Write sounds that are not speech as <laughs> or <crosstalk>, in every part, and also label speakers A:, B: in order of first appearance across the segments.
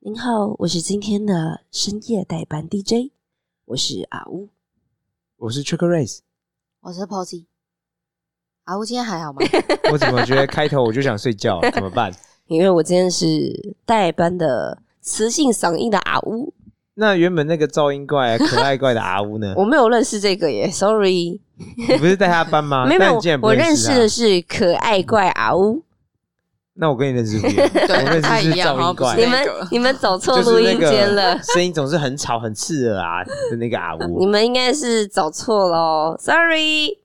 A: 您好，我是今天的深夜代班 DJ，我是阿乌。
B: 我是 Trick Race，
C: 我是 Posy。啊，我今天还好吗？
B: 我怎么觉得开头我就想睡觉，怎么办？
A: 因为我今天是代班的磁性嗓音的阿乌，
B: 那原本那个噪音怪、可爱怪的阿乌呢？
A: <laughs> 我没有认识这个耶，sorry，
B: 你不是带他班吗？
A: <laughs> 没有没
B: 但
A: 有
B: 啊你竟然，不
A: 我认
B: 识
A: 识
B: 他
A: 的是可爱怪阿乌，
B: 那我跟你认
A: <laughs>
B: 识不一样，我认
C: 不太
B: 识是
C: 一样哦
B: 噪音怪
C: 好像不
A: 你
C: 是，
A: 们
C: 那个
A: 你们走错
B: 啊就
A: 录
B: 是那
A: 音间了
B: 个，声音总是很吵、很刺耳啊的那个阿
A: 你
B: 乌。
A: 们应该是走错喽，sorry。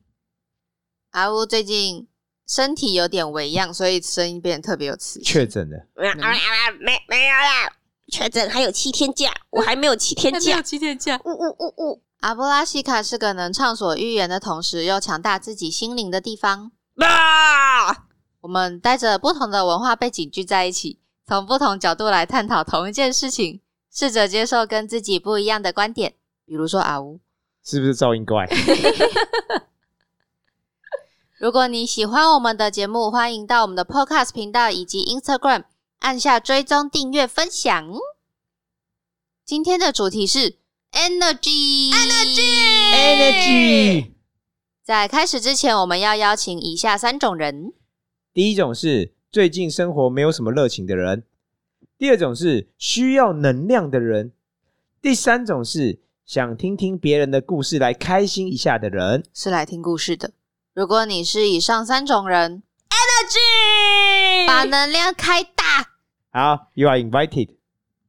C: 阿乌最近身体有点微恙，所以声音变得特别有磁性。
B: 确诊的，
A: 没有啊啊 <laughs> 没没有啦，确诊还有七天假，我还没有
C: <laughs>
A: 七天假，
C: 几点假？
A: 呜呜呜呜，
C: 阿波拉西卡是个能畅所欲言的同时又强大自己心灵的地方。
A: 啊！
C: 我们带着不同的文化背景聚在一起，从不同角度来探讨同一件事情，试着接受跟自己不一样的观点。比如说阿乌，
B: 是不是噪音
A: <laughs>
B: 怪？
C: 如果你喜欢我们的节目，欢迎到我们的 Podcast 频道以及 Instagram 按下追踪、订阅、分享。今天的主题是 Energy。Energy。
B: Energy。
C: 在开始之前，我们要邀请以下三种人：
B: 第一种是最近生活没有什么热情的人，第二种是需要能量的人，第三种是想听听别人的故事来开心一下的人。
C: 是来听故事的。如果你是以上三种人，Energy，把能量开大。
B: 好，You are invited。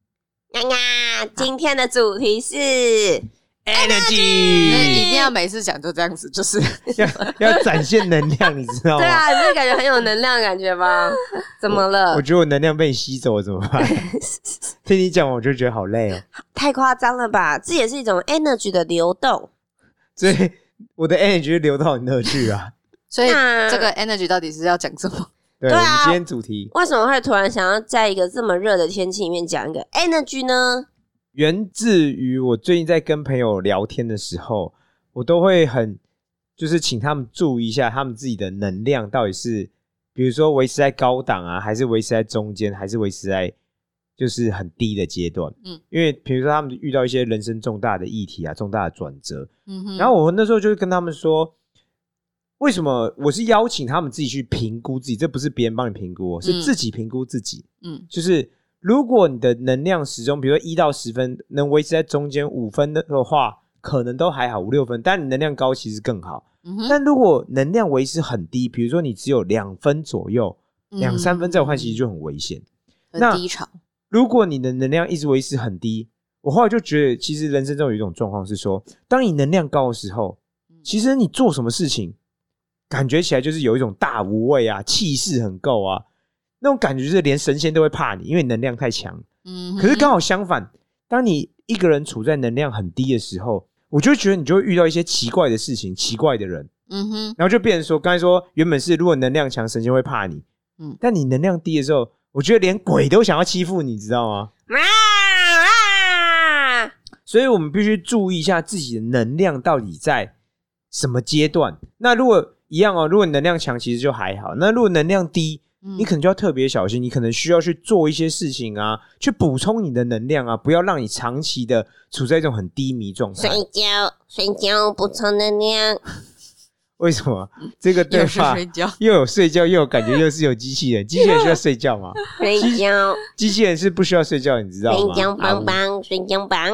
A: <laughs> 呀呀，今天的主题是
B: Energy
C: 一定要每次讲都这样子，就是
B: 要要展现能量，你知道吗？
C: 哦
A: 对啊，你不是感觉很有能量的感
C: <laughs>
A: 觉吗？怎么了
B: 我？觉得我能量被你吸走了怎么
A: <laughs>
B: 办？听你讲，我就觉得好累哦。
A: 太夸张了吧！这也是一种 energy 的流动。
B: 所以我的 energy 就流到你那儿去啊。
C: 所以
A: 那
C: 这个 Energy 到底是要讲什么？
B: 对，
A: 对啊
B: 我们今天主题
A: 为什么会突然想要在一个这么热的天气里面讲一个 energy 呢？
B: 源自于我最近在跟朋友聊天的时候，我都会很就是请他们注意一下他们自己的能量到底是，比如说维持在高档啊，还是维持在中间，还是维持在就是很低的阶段。
C: 嗯，
B: 因为比如说他们遇到一些人生重大的议题啊，重大的转折，
C: 嗯哼
B: 然后我那时候就跟他们说，为什么我是邀请他们自己去评估自己，这不是别人帮你评估哦，是
C: 嗯
B: 自己评估自己。
C: 嗯
B: 就是如果你的能量始终，比如说一到十分，能维持在中间五分的话，可能都还好，五六分。但你能量高其实更好。
C: 嗯哼，
B: 但如果能量维持很低，比如说你只有两分左右，两三分再换，其实就很危险。
C: 嗯很
B: 那
C: 低潮。
B: 如果你的能量一直维持很低，我后来就觉得，其实人生中有一种状况是说，当你能量高的时候，
C: 嗯
B: 其实你做什么事情，感觉起来就是有一种大无畏啊，气势很够啊，那种感觉就是连神仙都会怕你，因为能量太强。
C: 嗯哼，
B: 可是刚好相反，当你一个人处在能量很低的时候，我就觉得你就会遇到一些奇怪的事情、奇怪的人，
C: 嗯哼，
B: 然后就变成说，刚才说原本是如果能量强，神仙会怕你，嗯
C: 嗯，
B: 但你能量低的时候，我觉得连鬼都想要欺负你，你知道吗？
A: 啊啊！
B: 所以我们必须注意一下自己的能量到底在什么阶段。那如果一样哦，如果你能量强，其实就还好；那如果能量低，
C: 嗯
B: 你可能就要特别小心，你可能需要去做一些事情啊，去补充你的能量啊，不要让你长期的处在一种很低迷状态
A: 睡。觉，睡觉补充能量。
B: 为什么这个对
C: 嗯又是
B: 话
C: 睡觉，
B: 又有睡觉，又有感觉，又是有机器
C: <laughs>
B: 人？机器人需要睡觉吗？
A: 睡觉，
B: 机器人是不需要睡觉，你知道
A: 睡
B: 吗？
A: 觉棒
B: 啊
A: 棒，睡觉棒，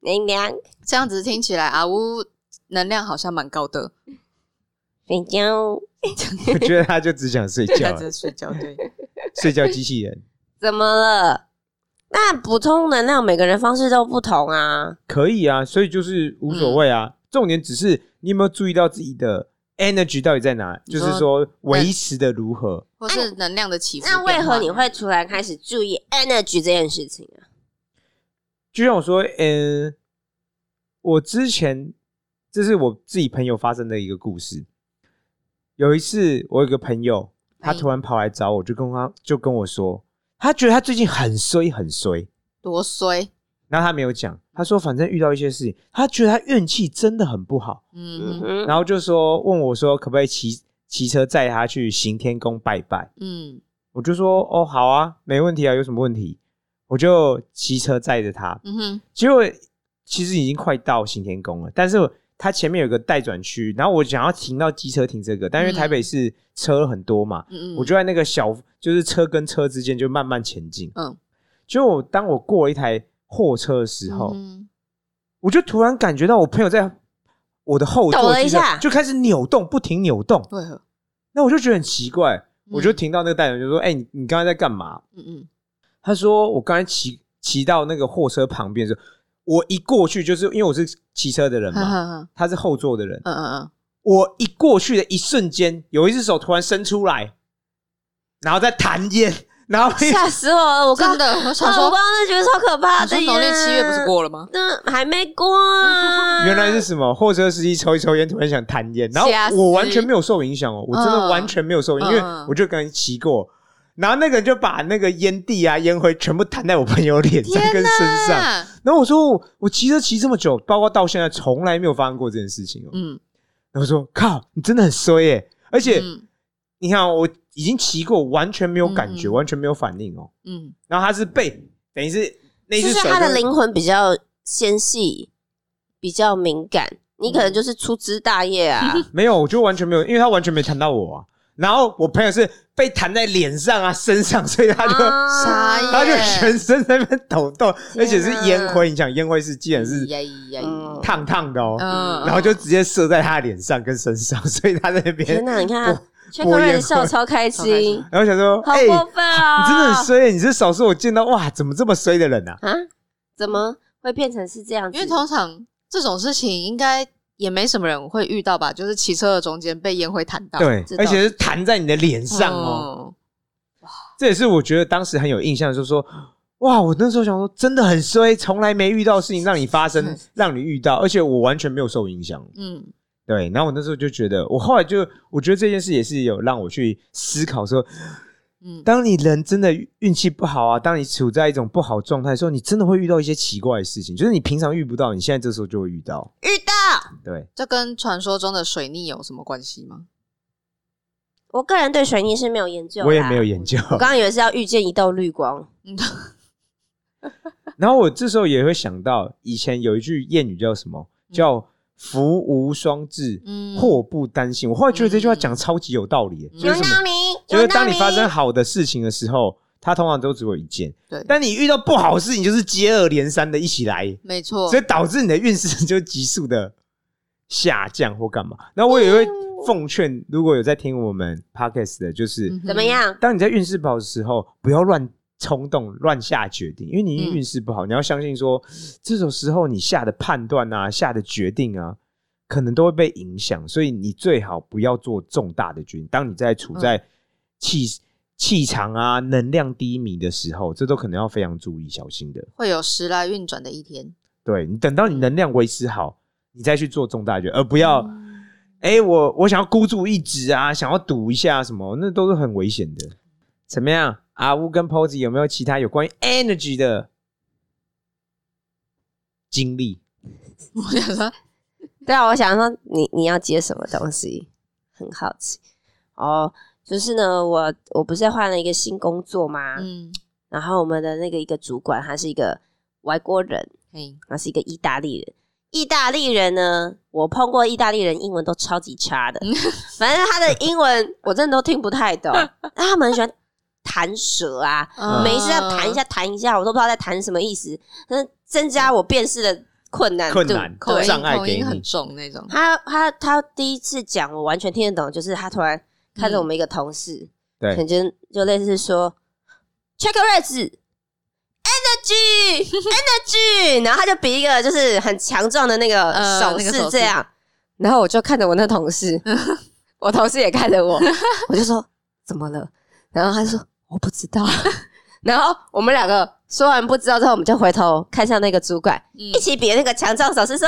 A: 能量，
C: 这样子听起来阿乌能量好像蛮高的，
A: 睡觉。
B: 我觉得他就只想睡
C: 他
B: 觉
C: 只，是睡觉 <laughs>
A: <laughs>
C: 对。
A: 哎
B: 睡觉机器人
A: 怎么了？那补充能量每个人方式都不同啊。
B: 可以啊，所以就是无所谓啊。
C: 嗯
B: 重点只是你有没有注意到自己的 energy 到底在哪，
C: 你
B: 就
C: 说
B: 是说维持的如何。
C: 或是能量的起伏变
A: 那
C: 化。
A: 为何你会突然开始注意 energy 这件事情啊？
B: 就像我说，嗯，我之前这是我自己朋友发生的一个故事。有一次，我有一个朋友，他
C: 哎
B: 突然跑来找我，就跟他就跟我说，他觉得他最近很衰很衰，
C: 多衰？
B: 然后他没有讲，他说反正遇到一些事情，他觉得他运气真的很不好。
A: 嗯
C: 嗯 <laughs>
A: 哼，
B: 然后就说问我说可不可以骑骑车载他去行天宫拜拜，
C: 嗯
B: 我就说哦好啊，没问题啊，有什么问题？我就骑车载着他，
C: 嗯哼，
B: 结果其实已经快到行天宫了，但是我它前面有个待转区，然后我想要停到机车停这个，但因为
C: 嗯
B: 台北市车很多嘛，
C: 嗯嗯，
B: 我就在那个小就是车跟车之间就慢慢前进。
C: 嗯，
B: 结果我当我过一台货车的时候，
C: 嗯
B: 我就突然感觉到我朋友在我的后座
A: 抖了一
B: 机车
A: 下嗯
B: 就开始扭动，不停扭动。
C: 为何？
B: 那我就觉得很奇怪，我就
C: 嗯
B: 停到那个待转，就说：“哎、你你刚才在干嘛？”
C: 嗯嗯，
B: 他说我刚才骑骑到那个货车旁边的时候，我一过去就是因为我是骑车的人
C: 哈
B: 嘛，
C: 哈哈，
B: 他是后座的人，
C: 嗯嗯
B: 我一过去的一瞬间，有一只手突然伸出来，然后在弹烟，然后
A: 吓死我了！我
C: 嗯，真
A: 刚
C: 的，我想
A: 啊我
C: 说
A: 刚，刚觉得超可怕
C: 你说
A: 的
C: 农
A: 耶。
C: 历七月不是？过了吗？
A: 那还没过啊！
B: 原来是什么货车司机抽一抽烟，突然想弹烟，然后
C: 吓死
B: 我完全没有受影响哦，我真的完全没有受影响，
C: 嗯
B: 因为我就跟人骑过。然后那个人就把那个烟蒂啊、烟灰全部弹在我朋友脸上跟身上。
C: 啊
B: 然后我说我我骑车骑这么久，包括到现在从来没有发生过这件事情哦。
C: 嗯，
B: 然后说靠，你真的很衰耶、而且、
C: 嗯
B: 你看哦，我已经骑过，完全没有感觉，
C: 嗯
B: 完全没有反应哦。
C: 嗯，
B: 然后他是被等于是那一
A: 就
B: 只
A: 是
B: 手
A: 他的
B: 就
A: 灵魂比较纤细，比较敏感，你
B: 嗯
A: 可能就是粗枝大叶
B: <laughs>
A: 啊。
B: 没有，我就完全没有，因为他完全没弹到我啊。然后我朋友是被弹在脸上啊、身上，所以他就、
A: 啊
C: 傻
B: <laughs>
C: 眼
B: 他就全身在那边抖动，
A: 天啊
B: 而且是烟灰，你想烟灰是既然是
C: 呀呀呀，
A: 嗯
B: 烫烫的哦，
C: 嗯
B: 然后就直接射在他的脸上跟身上，所以他在那边
A: 天，哪，你看
B: 哎我
A: c h
B: 我
A: a
B: 也
A: c 笑超开
C: 超开心
A: 心，
B: <laughs> 然后想说，
A: 好
B: 哎、
A: 过分啊！
B: 你真的很衰、你是少数我见到哇，怎么这么衰的人啊？
A: 啊？怎么会变成是这样子？
C: 因为通常这种事情应该也没什么人会遇到吧，就是骑车的中间被烟灰弹到，
B: 对
C: 知，道
B: 而且是弹在你的脸上哦。，这也是我觉得当时很有印象，就是说，哇，我那时候想说，真的很衰，从来没遇到事情让你发生，让你遇到，而且我完全没有受影响。
C: 嗯
B: 对，然后我那时候就觉得，我后来就我觉得这件事也是有让我去思考说，
C: 嗯
B: 当你人真的运气不好啊，当你处在一种不好状态的时候，你真的会遇到一些奇怪的事情，就是你平常遇不到，你现在这时候就会遇到。
A: 遇到，
B: 对，
C: 这跟传说中的水逆有什么关系
A: <laughs>
C: 吗？
A: 我个人对水泥是没有研究，
B: 我也没有。研究。
A: 我刚刚以为是要遇见一道绿光，
C: 嗯，
B: <laughs> 然后我这时候也会想到，以前有一句谚语叫什么？
A: 嗯
B: 叫“福无双至，
C: 嗯
B: 祸不单行”。我后来觉得这句话讲得超级有道理耶，
C: 嗯
B: 就是什么？
A: 你
B: 就是当你发生好的事情的时候，它通常都只有一件；
C: 对，
B: 但你遇到不好的事情，就是接二连三的一起来，
C: 没错，
B: 所以导致你的运势就急速的下降或干嘛。然后我也会奉劝，如果有在听我们 podcast 的，就是
C: 嗯哼
A: 怎么？样？
B: 当你在运势不好的时候，不要乱冲动、乱下决定，因为你
C: 嗯
B: 运势不好，你要相信说，这种时候你下的判断啊、下的决定啊，可能都会被影响，所以你最好不要做重大的决定。当你在处在气、气场啊、能量低迷的时候，这都可能要非常注意、小心的。
C: 会有时来运转的一
A: <laughs>
C: 天，
B: 对你等到你能量维持好，你再去做重大决定，而不要。
C: 嗯
B: 哎、我我想要孤注一掷啊，想要赌一下什么，那都是很危险的。怎么样，阿乌跟 Posy 有没有其他有关于 energy 的经历？
C: 我想说，
A: 对啊，我想说你你要接什么东西，很好奇。哦，就是呢，我我不是换了一个新工作吗？
C: 嗯，
A: 然后我们的那个一个主管，他是一个外国人，
C: 嘿，
A: 他是一个意大利人。意大利人呢，我碰过意大利人，英文都超级差的，反正他的英文我真的都听不太懂。但他们很喜欢弹舌啊，
B: 嗯
A: 每一次要弹
C: 呃
A: 一下弹一下，我都不知道在弹什么意思，那增加我辨识的困难度。
B: 困难
C: 口
A: 对
C: 音
B: 障碍
C: 口
B: 给
C: 音
B: 你
C: 很重那种，
A: 他他他第一次讲我完全听得懂，就是他突然看着我们一个同事，
B: 对
A: 可能就就类似说 check rates energy energy，然后他 <laughs> 就比一个就是很强壮的那个
C: 呃
A: 手
C: 那个手
A: 势
C: 势
A: 这样，然后我就看着我那
C: <laughs>
A: 同事，我同事也看着我，我就说怎么了？然后他就说我不知道， <laughs> 然后我们两个。说完不知道之后，我们就回头看向那个主管，
C: 嗯
A: 一起比那个强壮手势，说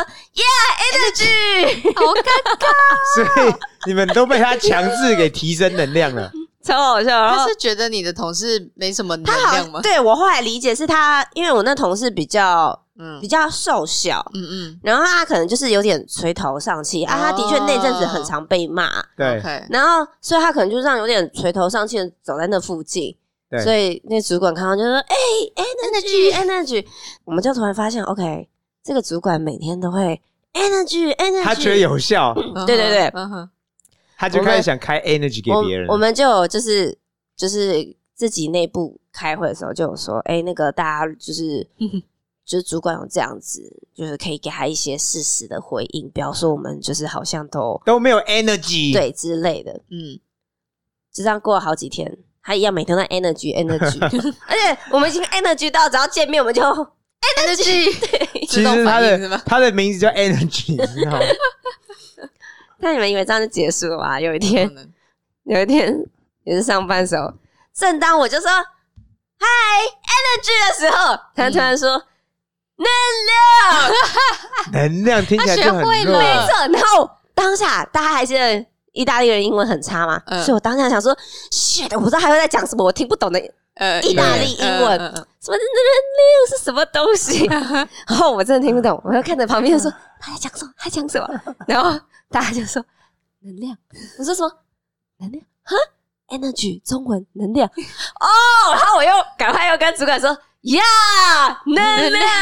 A: “Yeah, <laughs> energy”。
C: 好尴尬。
B: 所以你们都被他强制给提升能量
C: <laughs>
B: 了。
A: 超好笑。然后
C: 他是觉得你的同事没什么能
A: 他
C: 量
A: 好，
C: 吗？
A: 对我后来理解是他，因为我那同事比较
C: 嗯
A: 比较瘦小，
C: 嗯嗯
A: 然后他可能就是有点垂头丧气啊。他的确
C: 哦
A: 那阵子很常被骂，
B: 对
C: ，OK，嗯
A: 然后所以他可能就让有点垂头丧气的走在那附近
B: 对。
A: 所以那主管看到就说：“哎、欸、 energy energy，我们就突然发现，OK，这个主管每天都会 energy energy，
B: 他觉得有效，
A: 对对对
C: 嗯哼，
B: 他就开始想开 energy 给别人
A: 我。我们就有就是就是自己内部开会的时候就有说，哎、那个大家
B: <laughs>
A: 就是就是主管有这样子，就是可以给他一些适时的回应，比方说我们就是好像都
B: 都没有 energy，，
A: 对之类的， <laughs>
C: 嗯，
A: 就这样过了好几天。他一样每天
B: <laughs>
A: 在 energy energy，而 <laughs> 且我们已经 energy 到只要见面我们就
C: 那就是
B: 其
C: 自动
B: 实他
C: 反应是吗
B: 的他的名字叫 energy，你知道吗？
A: 那你们以为这样就结束了吗？有一天
B: 嗯
C: 可，能
A: 有一天也是上班的时候，正当我就说“嗨 energy” 的时候，他
B: 嗯
A: 突然说“能量
B: 能量哎听起来就很啊
C: 他学会
B: 弱，
C: 了”，
A: 然后当下大家还记得意大利人英文很差嘛，
C: 嗯
A: 所以我当下想说，shit，我不知道还会在讲什么我听不懂的
C: 呃
A: 意大利英文
C: 嗯嗯嗯
A: 什么能量是什么东 <laughs> 西，然后我真的听不懂，我就看着旁边说他在讲什么，他在讲什 <laughs> 么，然后大家就说能量，我说什么能量哈 energy 中文能量哦，然后我又赶快又跟主管说呀能 <laughs> 量，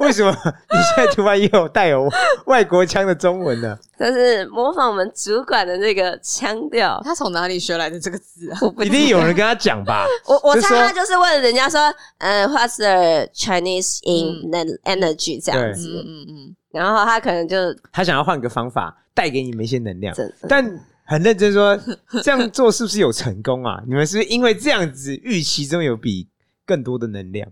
B: 为
A: <laughs>
B: 什么你现在突然也有带有外国腔的中文呢？
A: 就是模仿我们主管的那个腔调，
C: 哦他从哪里学来的这个字啊？
A: 我不
B: <laughs> 一定有人跟他讲吧？
A: 我我
B: 就
A: 猜
B: 说
A: 他就是问人家说，呃，What's the Chinese in en- energy 这样
B: 对
C: 嗯
A: 子，
C: 嗯嗯，
A: 然后他可能就
B: 他想要换个方法带给你们一些能量，
A: 真的
B: 但很认真说，这样做是不是有成功啊？ <laughs> 你们是不是因为这样子预期中有比更多的能量？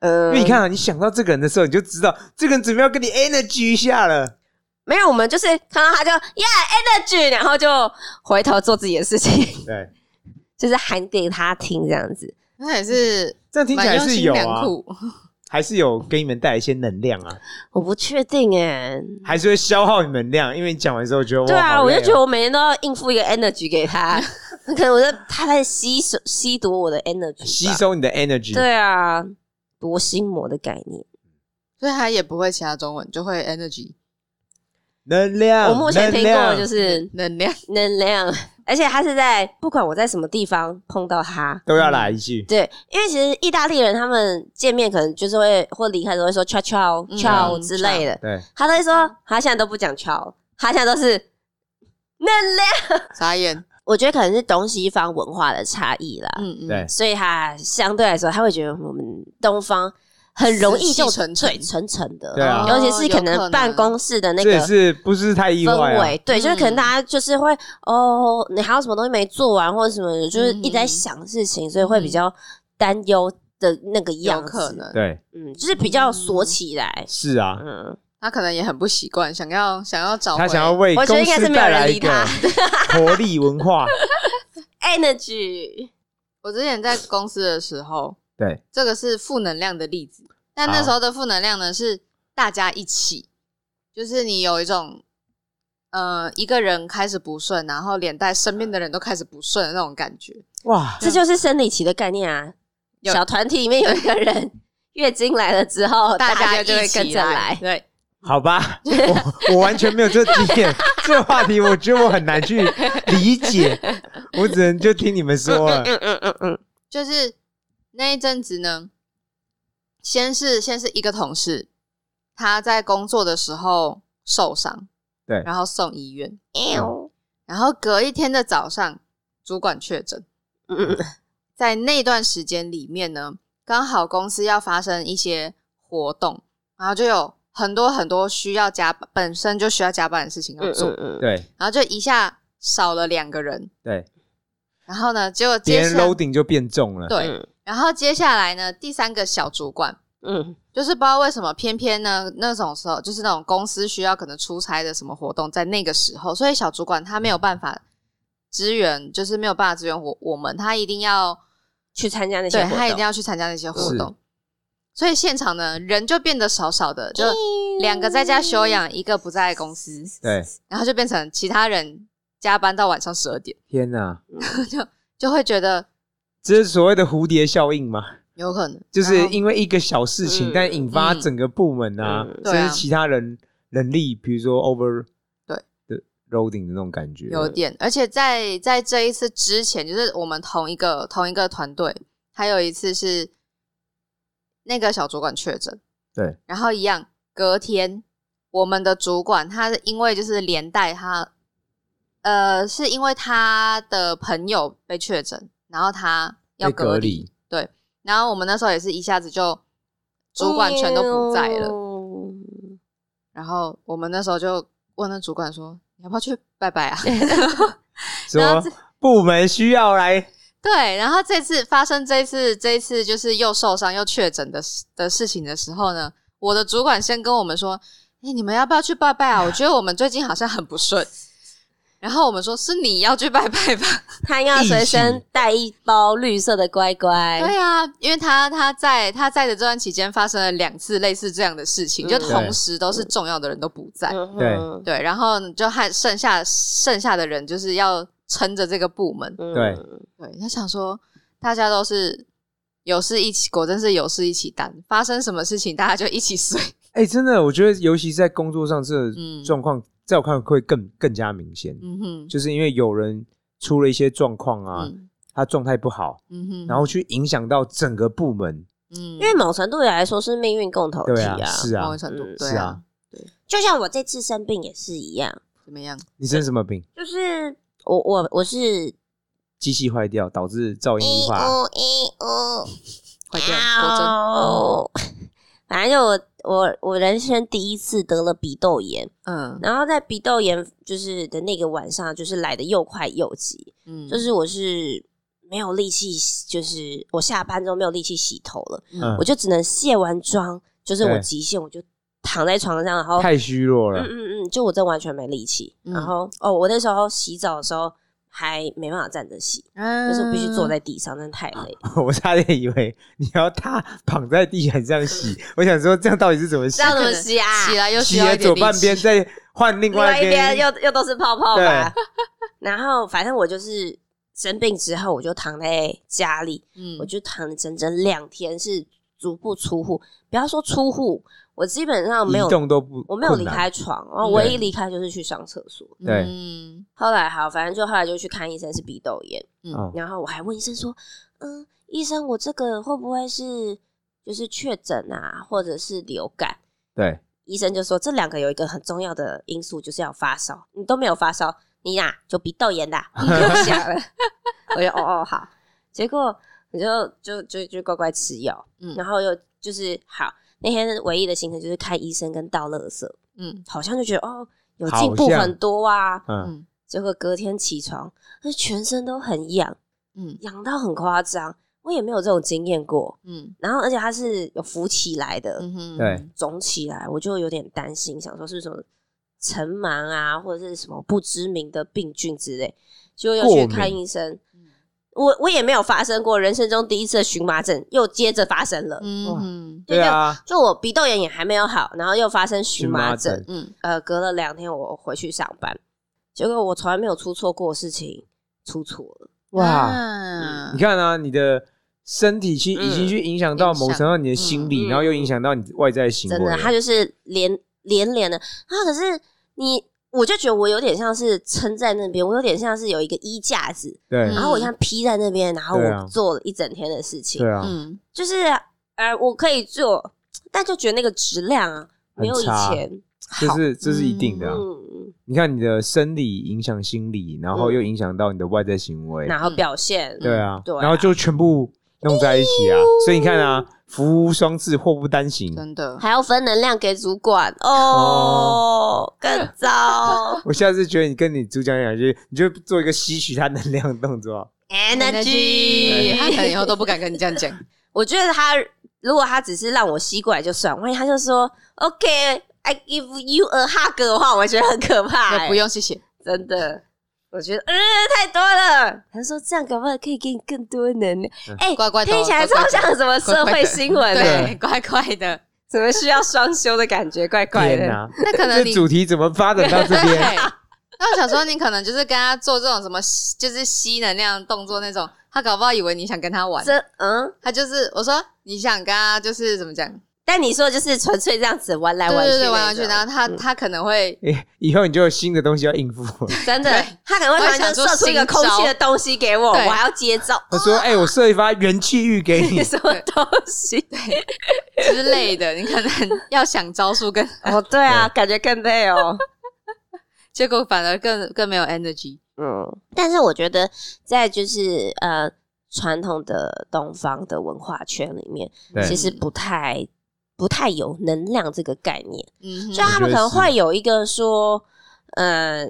A: 呃
B: 因为你看啊，你想到这个人的时候，你就知道这个人准备要跟你 energy 一下了。
A: 没有，我们就是看到他就呀 energy，然后就回头做自己的事情， <laughs>
B: 对，
A: 就是喊给他听这样子。
C: 那也是
B: 这样听起来
C: 蛮用
B: 是
C: 心
B: 有
C: 良
B: 啊，
C: 苦，
B: 还是有给你们带来一些能量啊，
A: 我不确定哎，
B: 还是会消耗你们能量。因为你讲完之后觉得哇，
A: 对啊，
B: 好
A: 我
B: 累
A: 就
B: 哦
A: 觉得我每天都要应付一个 energy 给他， <laughs> 可能我就他在吸收吸夺我的 energy，吧
B: 吸。收你的 energy。
A: 对啊，夺心魔的概念。
C: <laughs> 所以他也不会其他中文，就会 energy
B: 能量，
A: 我目前听
B: 能
A: 过
B: 量
A: 的就是
C: 能量，
A: 能量，而且他是在不管我在什么地方碰到他，
B: 都要来一句，
A: 对，因为其实意大利人他们见面可能就是会或离开都会说 ciao ciao
C: 嗯
A: ciao
C: 嗯
A: 之类的，
B: 对，
A: 他都会说他现在都不讲 ciao，他现在都是能量。
C: 傻眼，
A: 我觉得可能是东西方文化的差异啦，
C: 嗯嗯，
B: 对
A: 所以他相对来说他会觉得我们东方很容易就
C: 死气沉沉
A: 对沉沉的，
B: 对啊
A: 尤其是可
C: 哦有可
A: 能
C: 能
A: 办公室的那
B: 这
A: 个
B: 也是不是太意外
A: 氛
B: 啊
A: 围，？对，就是可
C: 嗯
A: 能大家就是会哦，你还有什么东西没做完或者什么的，就是一直在
C: 嗯
A: 想事情，所以会比较担忧的那个
C: 有
A: 样
C: 可
A: 子，
C: 能，
B: 对，
A: 嗯，就是比较锁起来，
B: 是啊，
A: 嗯，
C: 他可能也很不习惯，想要想要找回
B: 他想要为
A: 我觉
B: 公
A: 得应该
B: 司
A: 是没有
B: 带来
A: 人理
B: 一个
A: 他
B: 活力文
A: <laughs>
B: 化。
A: energy，
C: 我之前在公司的时候，
B: 对，
C: 这个是负能量的例子。但那时候的负能量呢，是大家一起，就是你有一种，呃，一个人开始不顺，然后连带身边的人都开始不顺的那种感觉。
B: 哇，
A: 这就是生理期的概念啊。
C: 嗯有
A: 小团体里面有一个人月经来了之后，大
C: 家就
A: 一
C: 会
A: 起跟
C: 起
A: 着
C: 来，
A: 来，
C: 对，
B: 好吧，我我完全没有这个经
A: <laughs>
B: 验，这个话题我觉得我很难去理解，我只能就听你们说了。
A: 嗯嗯嗯嗯，
C: 就是那一阵子呢，先是先是一个同事，他在工作的时候受伤，
B: 对
C: 然后送医院，
A: 哎呦
C: 然后隔一天的早上，主管确诊。
A: 嗯嗯嗯
C: 在那段时间里面呢，刚好公司要发生一些活动，然后就有很多很多需要加班，本身就需要加班的事情要
A: 嗯
C: 做，
A: 嗯嗯，
B: 对
C: 然后就一下少了两个人，
B: 对，
C: 然后呢，结果
B: 别
C: 接
B: 人
C: 下
B: loading 就变重了。
C: 对，然后接下来呢，第三个小主管。
A: 嗯
C: 就是不知道为什么，偏偏呢那种时候，就是那种公司需要可能出差的什么活动，在那个时候，所以小主管他没有办法支援，就是没有办法支援我我们，他一定要
A: 去参加那些
C: 对
A: 活动，
C: 他一定要去参加那些活
B: 是
C: 动，所以现场呢人就变得少少的，就两个在家休养，一个不在公司，
B: 对，
C: 然后就变成其他人加班到晚上十二点，
B: 天哪，
C: 就会觉得
B: 这是所谓的蝴蝶效应吗？
C: 有可能
B: 就是因为一个小事情
A: 嗯，
B: 但引发整个部门啊
A: 嗯，
C: 对啊
B: 甚至其他人人力，比如说 over
C: 对
B: 的 loading 的那种感觉。
C: 有点，而且在在这一次之前，就是我们同一个同一个团队，还有一次是那个小主管确诊，
B: 对，
C: 然后一样隔天我们的主管他因为就是连带他，呃，是因为他的朋友被确诊，然后他要
B: 被
C: 隔
B: 隔
C: 离，
B: 离，
C: 然后我们那时候也是一下子就主管全都不在了，
A: 了。
C: 然后我们那时候就问那主管说：“你要不要去拜拜啊？”然后
B: 说
C: 这
B: 部门需要来，
C: 对，然后这次发生这次这一次就是又受伤又确诊的事的事情的时候呢，我的主管先跟我们说：“哎、你们要不要去拜拜啊？我觉得我们最近好像很不顺。”然后我们说：“是你要去拜拜吧
A: 他应该要随身带一包绿色的乖？”乖，
C: 对啊，因为他他在他在的这段期间发生了两次类似这样的事情，就
A: 嗯
C: 同时都是重要的人都不在。
A: 嗯哼
B: 对
C: 对，然后就和剩下剩下的人就是要撑着这个部门。
A: 嗯
B: 对
C: 对他想说，大家都是有事一起，果真是有事一起担，发生什么事情大家就一起睡。
B: 哎，真的，我觉得尤其是在工作上这个
C: 嗯
B: 状况，在我看来会更更加明显，
C: 嗯哼，
B: 就是因为有人出了一些状况啊，
C: 嗯
B: 他状态不好，
C: 嗯哼，
B: 然后去影响到整个部门，
C: 嗯，因
A: 因为某程度来说是命运共同体
B: 对
C: 哦
B: 啊，是啊
C: 某种，程度
A: 嗯
C: 对
B: 是啊，
A: 就像我这次生病也是一样，
C: 怎么样？
B: 你生什么病？
A: 就是我我我是
B: 机器坏掉导致噪音无法，
A: 呜一呜，
C: 快点，
A: 啊
C: 果真，
A: 哦，反正就我我我人生第一次得了鼻窦炎，
C: 嗯
A: 然后在鼻窦炎就是的那个晚上，就是来的又快又急，
C: 嗯，
A: 就是我是没有力气洗，就是我下班之后没有力气洗头了，
B: 嗯
A: 我就只能卸完妆，就是我
B: 对
A: 极限，我就躺在床上，然
C: 哦
A: 后
B: 太虚弱
A: 嗯
B: 了，
A: 嗯嗯，就我真完全没力气。
C: 嗯
A: 然后哦，我那时候洗澡的时候还没办法站着洗，
C: 嗯
A: 就是我必须坐在地上，真的太累。
B: <laughs> 我差点以为你要他躺在地板上洗，我想说这样到底是怎么洗
A: 这？样怎么洗啊？
C: 起来又需
B: 洗
C: 要
B: 了
C: 一点
B: 左
C: 力
B: 半
C: 气
B: 边，再换另
A: 另
B: 外
A: 外
B: 一
A: 一边
B: 边，
A: 又又都是泡泡
B: 对
A: 吧。然后反正我就是生病之后，我就躺在家里，
C: 嗯
A: 我就躺了整整两天，是足不出户。不要说出户，我基本上没有
B: 移，动都不，
A: 我没有
B: 困
A: 离
B: 难。
A: 开床，然后
C: 嗯
A: 唯一离开就是去上厕所。
B: 对
C: 嗯
A: 后来好，反正就后来就去看医生，是鼻窦炎。
B: 嗯
A: 然后我还问医生说：“嗯，医生，我这个会不会是就是确诊啊，或者是流感
B: 对，？”
A: 医生就说：“这两个有一个很重要的因素，就是要发烧。你都没有发烧，你呀、就鼻窦炎啦，你就想了。”我就哦哦好，结果我就就就就乖乖吃药，
C: 嗯
A: 然后又就是好那天唯一的行程就是看医生跟倒垃圾，
C: 嗯
A: 好像就觉得哦有
B: 好
A: 进步
B: 像
A: 很多啊。
B: 嗯，
C: 嗯
A: 结果隔天起床，那全身都很痒。
C: 嗯
A: 痒到很夸张，我也没有这种经验过。
C: 嗯
A: 然后，而且它是有浮起来的，
C: 嗯哼，
B: 对，
A: 肿起来，我就有点担心，想说是什么尘螨啊，或者是什么不知名的病菌之类，就又去
B: 过敏
A: 看医生。我我也没有发生过人生中第一次的荨麻疹，又接着发生了。
B: 哇
C: 嗯
B: 对啊，
A: 就我鼻窦炎也还没有好，然后又发生荨
B: 荨
A: 麻
B: 麻
A: 疹，
B: 疹，
C: 嗯
A: 呃，隔了两天我回去上班，结果我从来没有出错过的事情出错了。
B: 哇，
C: 啊
B: 你看啊，你的身体去已经去影响到某程度上你的心
A: 嗯
B: 理，
A: 嗯
B: 然后又影响到你外在行
A: 真的，
B: 为，
A: 他就是连连连的。啊他可是你，我就觉得我有点像是撑在那边，我有点像是有一个衣架子，
B: 对
C: 嗯
A: 然后我像披在那边，然后
B: 对啊
A: 我做了一整天的事情，
B: 对啊，
C: 嗯
A: 就是呃，我可以做，但就觉得那个质量啊，没有
B: 很
A: 以
B: 差
A: 前
B: 这
A: 好。
B: 是这是一定的啊。
A: 嗯，
B: 你看你的生理影响心理，然后
A: 嗯
B: 又影响到你的外在行为，
A: 然后表现，
B: 对啊，
A: 对啊
B: 然后就全部弄在一起啊。所以你看啊，福无双至，祸不单行。
C: 真的
A: 还要分能量给主管哦，更 <laughs> 糟
B: 我下次觉得你跟你主讲讲，就你就做一个吸取他能量的动作。
A: energy，
C: 他可能以后都不敢跟你这样
A: <laughs>
C: 讲。
A: 我觉得他如果他只是让我吸过来就算，万一他就说 “OK, I give you a hug” 的话，我觉得很可怕、
C: 那
A: 欸。
C: 不，用谢谢，
A: 真的，我觉得呃太多了。他说这样搞不好可以给你更多能量，哎、
C: 乖乖的哦
A: 听起来
C: 乖
A: 超
C: 乖的
A: 像什么社会新闻、欸，
C: 对，怪怪的。
A: 怎么需要双休的感觉， <laughs> 怪怪
B: 天
A: 的。
B: 哪，
C: <laughs> 那可能
B: 这
C: 你
B: 主题怎么发展到这
C: 对
A: <laughs>
B: 边？，
C: 那我想说，你可能就是跟他做这种什么吸，就是吸能量的动作那种，他搞不好以为你想跟他玩，
A: 这嗯，
C: 他就是我说你想跟他就是怎么讲，
A: 但你说的就是纯粹这样子玩来
C: 对
A: 玩去那
C: 对
A: 种，
C: 对，玩玩去，然后他
A: 嗯
C: 他可能会
B: 哎，以后你就有新的东西要应付了。
A: 真的
C: 对，
A: 他可能会突然就射出一个空虚的东西给我，我
C: 对
A: 还要接招，，
B: <laughs> 我说，哎，我射一发元气玉给你
A: 什么东西？
C: 之类的，你可
A: <laughs>
C: 能要想招数跟，
A: 哦，对啊，感觉更累哦。
C: 结果反而更更没有 energy。
A: 嗯，但是我觉得在就是呃传统的东方的文化圈里面，
B: 对
A: 其实不太不太有能量这个概念，
C: 嗯
A: 所以
C: 哼，
A: 他们可能
B: 我觉得是
A: 会有一个说，呃，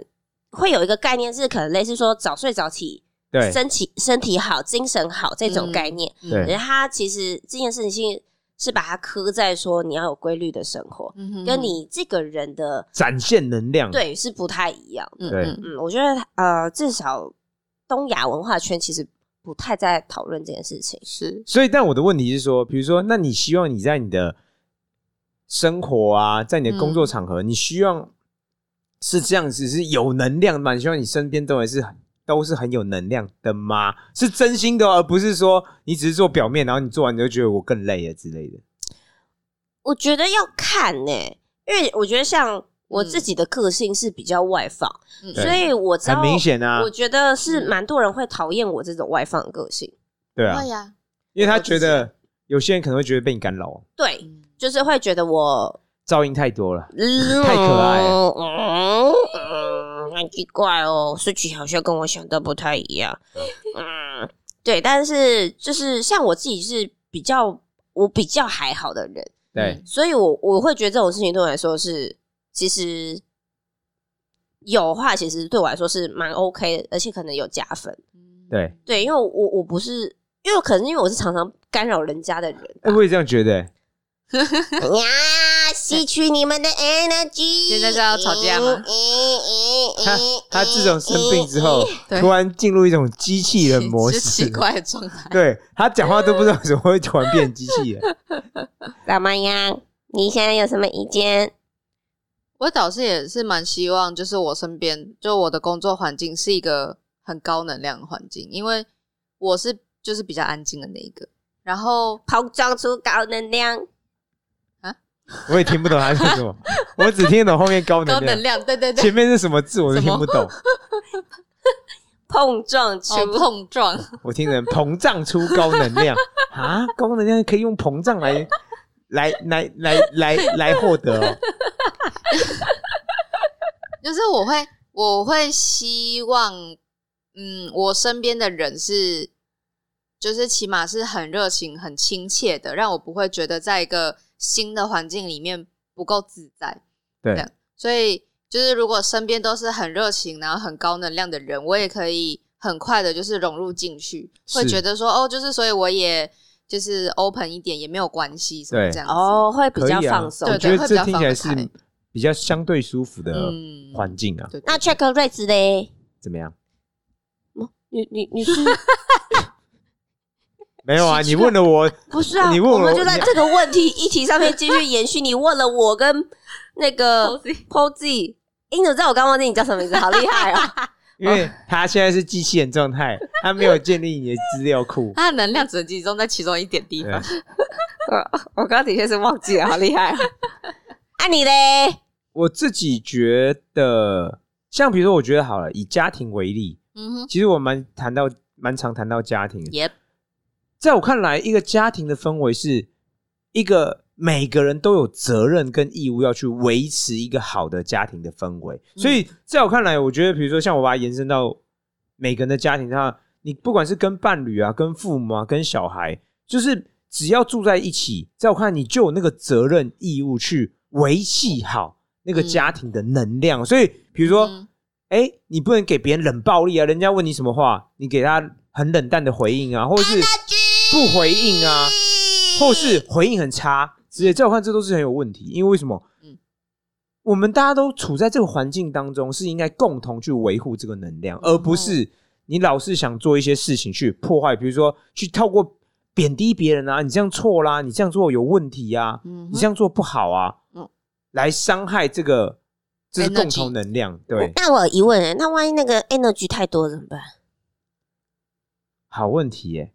A: 会有一个概念是可能类似说早睡早起， <laughs>
B: 对
A: 身体身体好、精神好这种
C: 嗯
A: 概念。
B: 对
A: 可是他其实这件事情是把它刻在说你要有规律的生活，
C: 嗯哼
A: 跟你这个人的
B: 展现能量，
A: 对是不太一样。
C: 嗯
B: 对
C: 嗯
A: 嗯，我觉得呃，至少东亚文化圈其实不太在讨论这件事情。
C: 是
B: 所以，但我的问题是说，比如说，那你希望你在你的生活啊，在你的工作场合，你希望是这样子，是有能量的吗？你希望你身边都还是都是很有能量的吗？是真心的哦，而不是说你只是做表面，然后你做完你就觉得我更累了之类的。
A: 我觉得要看呢、因为我觉得像我自己的个性是比较外放，
C: 嗯
B: 对
A: 所以我知
B: 很
A: 道，
B: 明显啊
A: 我，觉得是蛮多人会讨厌我这种外放的个性。
B: 对啊
C: 会，呀，
B: 因为他觉得有些人可能会觉得被你干扰，
A: 对，
C: 嗯
A: 就是会觉得
B: <laughs>
A: 我
B: 噪音太多了。
A: 太
B: 可爱了
A: 嗯嗯，很奇怪哦，事情好像跟我想的不太一样。 <laughs> 嗯，对，但是就是像我自己是比较我比较还好的人，
B: 对，
A: 所以我我会觉得这种事情对我来说是，其实有的话，其实对我来说是蛮 OK 的，而且可能有加分。
C: 嗯
B: 对，
A: 对，因为我我不是，因为可能因为我是常常干扰人家的人吧
B: 哎、。我也这样觉得、
A: 哎呀，吸取你们的 energy。
C: 现在是要吵架吗
A: 嗯嗯
B: 他
A: 嗯
B: 他自从生病之后，
C: 对
B: 突然进入一种机器人模
C: 是
B: 式，
C: 奇怪的状
B: <laughs>
C: 态。
B: 对他讲话都不知道为什么会突然变机器
C: <laughs>
B: 人。
A: 老妈呀，你现在有什么意见？
C: 我倒是也是蛮希望，就是我身边，就我的工作环境是一个很高能量的环境，因为我是就是比较安静的那一个。然后
A: 膨胀出高能量，
B: 我也听不懂他说什么，我只听得懂后面高
C: 高
B: 能量，
C: 能量，对对对，
B: 前面是什么字我都听不懂，
A: 碰撞出
C: 哦
B: <laughs>
C: 碰撞，
B: 我听成膨胀出高能
C: <laughs>
B: 量啊，高能量可以用膨胀来来来来来来获得哦。
C: 就是我会我会希望，嗯，我身边的人是，就是起码是很热情、很亲切的，让我不会觉得在一个新的环境里面不够自在。
B: 对
C: 这样，所以就是如果身边都是很热情，然后很高能量的人，我也可以很快的，就是融入进去，
B: 是
C: 会觉得说哦，就是所以我也就是 open 一点也没有关系，什么
B: 对
C: 这样子。
A: 哦，会比
B: 可以
A: 较
B: 啊，
A: 放松。
B: 我觉
C: 对
B: 得这听起来
C: 会比较放得
B: 是比较相对舒服的
C: 嗯
B: 环境啊。
C: 对，对
A: 那 check rates 嘞？
B: 怎么样？
A: 你你你是 <laughs>
B: 没有啊，你问了我，
A: 不是啊？
B: 你问我
A: 我们就在
B: 你
A: 这个问题议题上面继续延续。你问了我跟那 <laughs> 个
D: <laughs>
A: Posy，因为你知道我刚忘记你叫什么名字，好厉 <laughs> 害啊！
B: 因
C: 哦
B: 为他现在是机器人状态，他没有建立你的资料
C: <laughs>
B: 库。
C: 它的能量只能集中在其中一点地
B: 对
C: 方。
A: 我刚刚的确是忘记了，好厉
D: <laughs>
A: 害啊！啊你嘞？
B: 我自己觉得，像比如说，我觉得好了，以家庭为例，
C: 嗯哼，
B: 其实我蛮谈到蛮常谈到家庭的。
C: 也
B: 在我看来，一个家庭的氛围是一个每个人都有责任跟义务要去维持一个好的家庭的氛围。所以，在我看来，我觉得，比如说像我把它延伸到每个人的家庭上，你不管是跟伴侣啊、跟父母啊、跟小孩，就是只要住在一起，在我看来，你就有那个责任义务去维系好那个家庭的能量。所以，比如说。
C: 嗯
B: 哎、你不能给别人冷暴力啊！人家问你什么话，你给他很冷淡的回应啊，或者是不回应啊，或是回应很差之类。在我看，这都是很有问题。因为为什么？
C: 嗯
B: 我们大家都处在这个环境当中，是应该共同去维护这个能量，而不
C: 哦
B: 是你老是想做一些事情去破坏，比如说去透过贬低别人啊，你这样错啦，你这样做有问题啊，
C: 嗯哼
B: 你这样做不好啊，
C: 嗯
B: 来伤害这个。这是共
C: Energy 哦
B: 同能量，对。
A: 那我有疑问欸，那万一那个 energy 太多怎么办？
B: 好问题耶、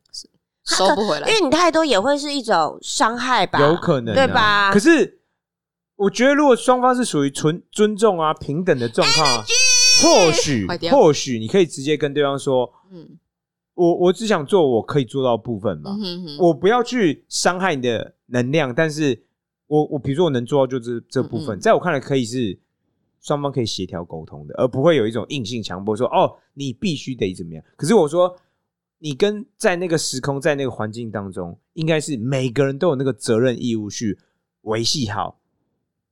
C: 收不回
D: <laughs>
C: 来
D: 因。为你太多也会是一种伤害吧，
B: 有可能、啊、
D: 对吧？
B: 可是我觉得，如果双方是属于纯尊重啊、平等的状况、啊，或许
C: 快点
B: 或许你可以直接跟对方说
C: 嗯：“
B: 我我只想做我可以做到的部分嘛，
C: 嗯哼哼，
B: 我不要去伤害你的能量，但是我我比如说我能做到就这这部分，
C: 嗯嗯
B: 在我看来可以是。”双方可以协调沟通的，而不会有一种硬性强迫说哦，你必须得怎么样。可是我说，你跟在那个时空、在那个环境当中，应该是每个人都有那个责任义务去维系好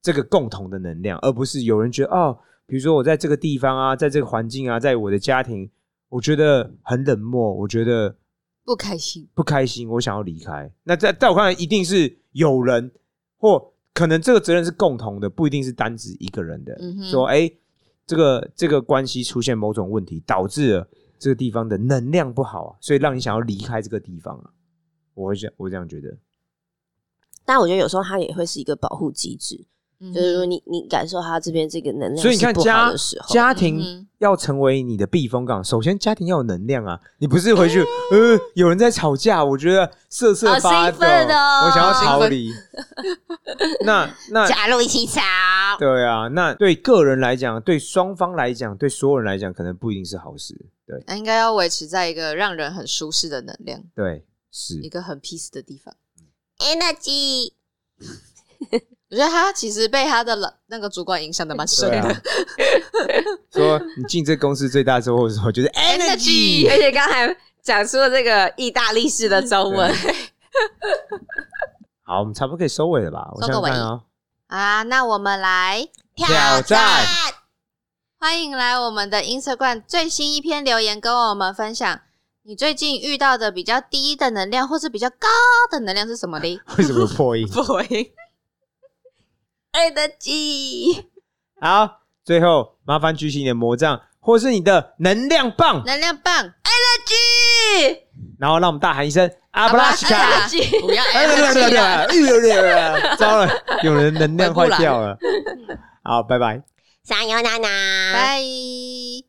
B: 这个共同的能量，而不是有人觉得哦，比如说我在这个地方啊，在这个环境啊，在我的家庭，我觉得很冷漠，我觉得
C: 不开心。
B: 不开心，我想要离开。那在在我看来，一定是有人或可能这个责任是共同的，不一定是单指一个人的。
C: 嗯哼
B: 说，哎、这个这个关系出现某种问题，导致了这个地方的能量不好、啊，所以让你想要离开这个地方啊。我会这样，我这样觉得。
D: 但我觉得有时候它也会是一个保护机制，
C: 嗯哼
D: 就是说你你感受它这边这个能量，
B: 所以你看
D: 不
B: 家
D: 好的时候，
B: 家
C: 嗯
B: 庭要成为你的避风港，首先家庭要有能量啊！你不是回去，呃，有人在吵架，我觉得瑟瑟
C: 嗯好
B: 发
C: 兴奋
B: 抖
C: 哦
B: 我想要
C: 兴
B: 逃
C: 奋
B: 离。 <laughs> 那那
C: 加入一起吵。
B: 对啊，那对个人来讲，对双方来讲，对所有人来讲，可能不一定是好事。对
C: 那应该要维持在一个让人很舒适的能量，
B: 对，是
C: 一个很 peace 的地方。
D: energy，
C: 我觉得他其实被他的老那个主管影响的蛮深
B: 对
C: 的。
B: 啊。说你进这公司最大收获是什么？就是 energy。
A: 而且刚才讲出了这个意大利式的中文，
C: <laughs>
B: 好，我们差不多可以收尾了吧？我
C: 收
B: 想
C: 个
B: 想看
C: 尾
B: 啊，
C: 啊，那我们来
B: 挑战
C: 欢迎来我们的 Instagram 最新一篇留言，跟我们分享你最近遇到的比较低的能量，或是比较高的能量是什么
A: <laughs>
C: 的？
B: 为什么有破音？
C: 不会，爱的记
B: 好，最后麻烦举起你的魔杖，或是你的能量棒，
C: 能量棒，
B: 然后让我们大喊一声阿
C: 阿
B: 布拉西卡。
C: 不要
B: 哎
C: 爱的记。
B: 糟了，有人能量坏掉了。好，拜拜。
D: 想要娜娜，
C: <laughs> 拜。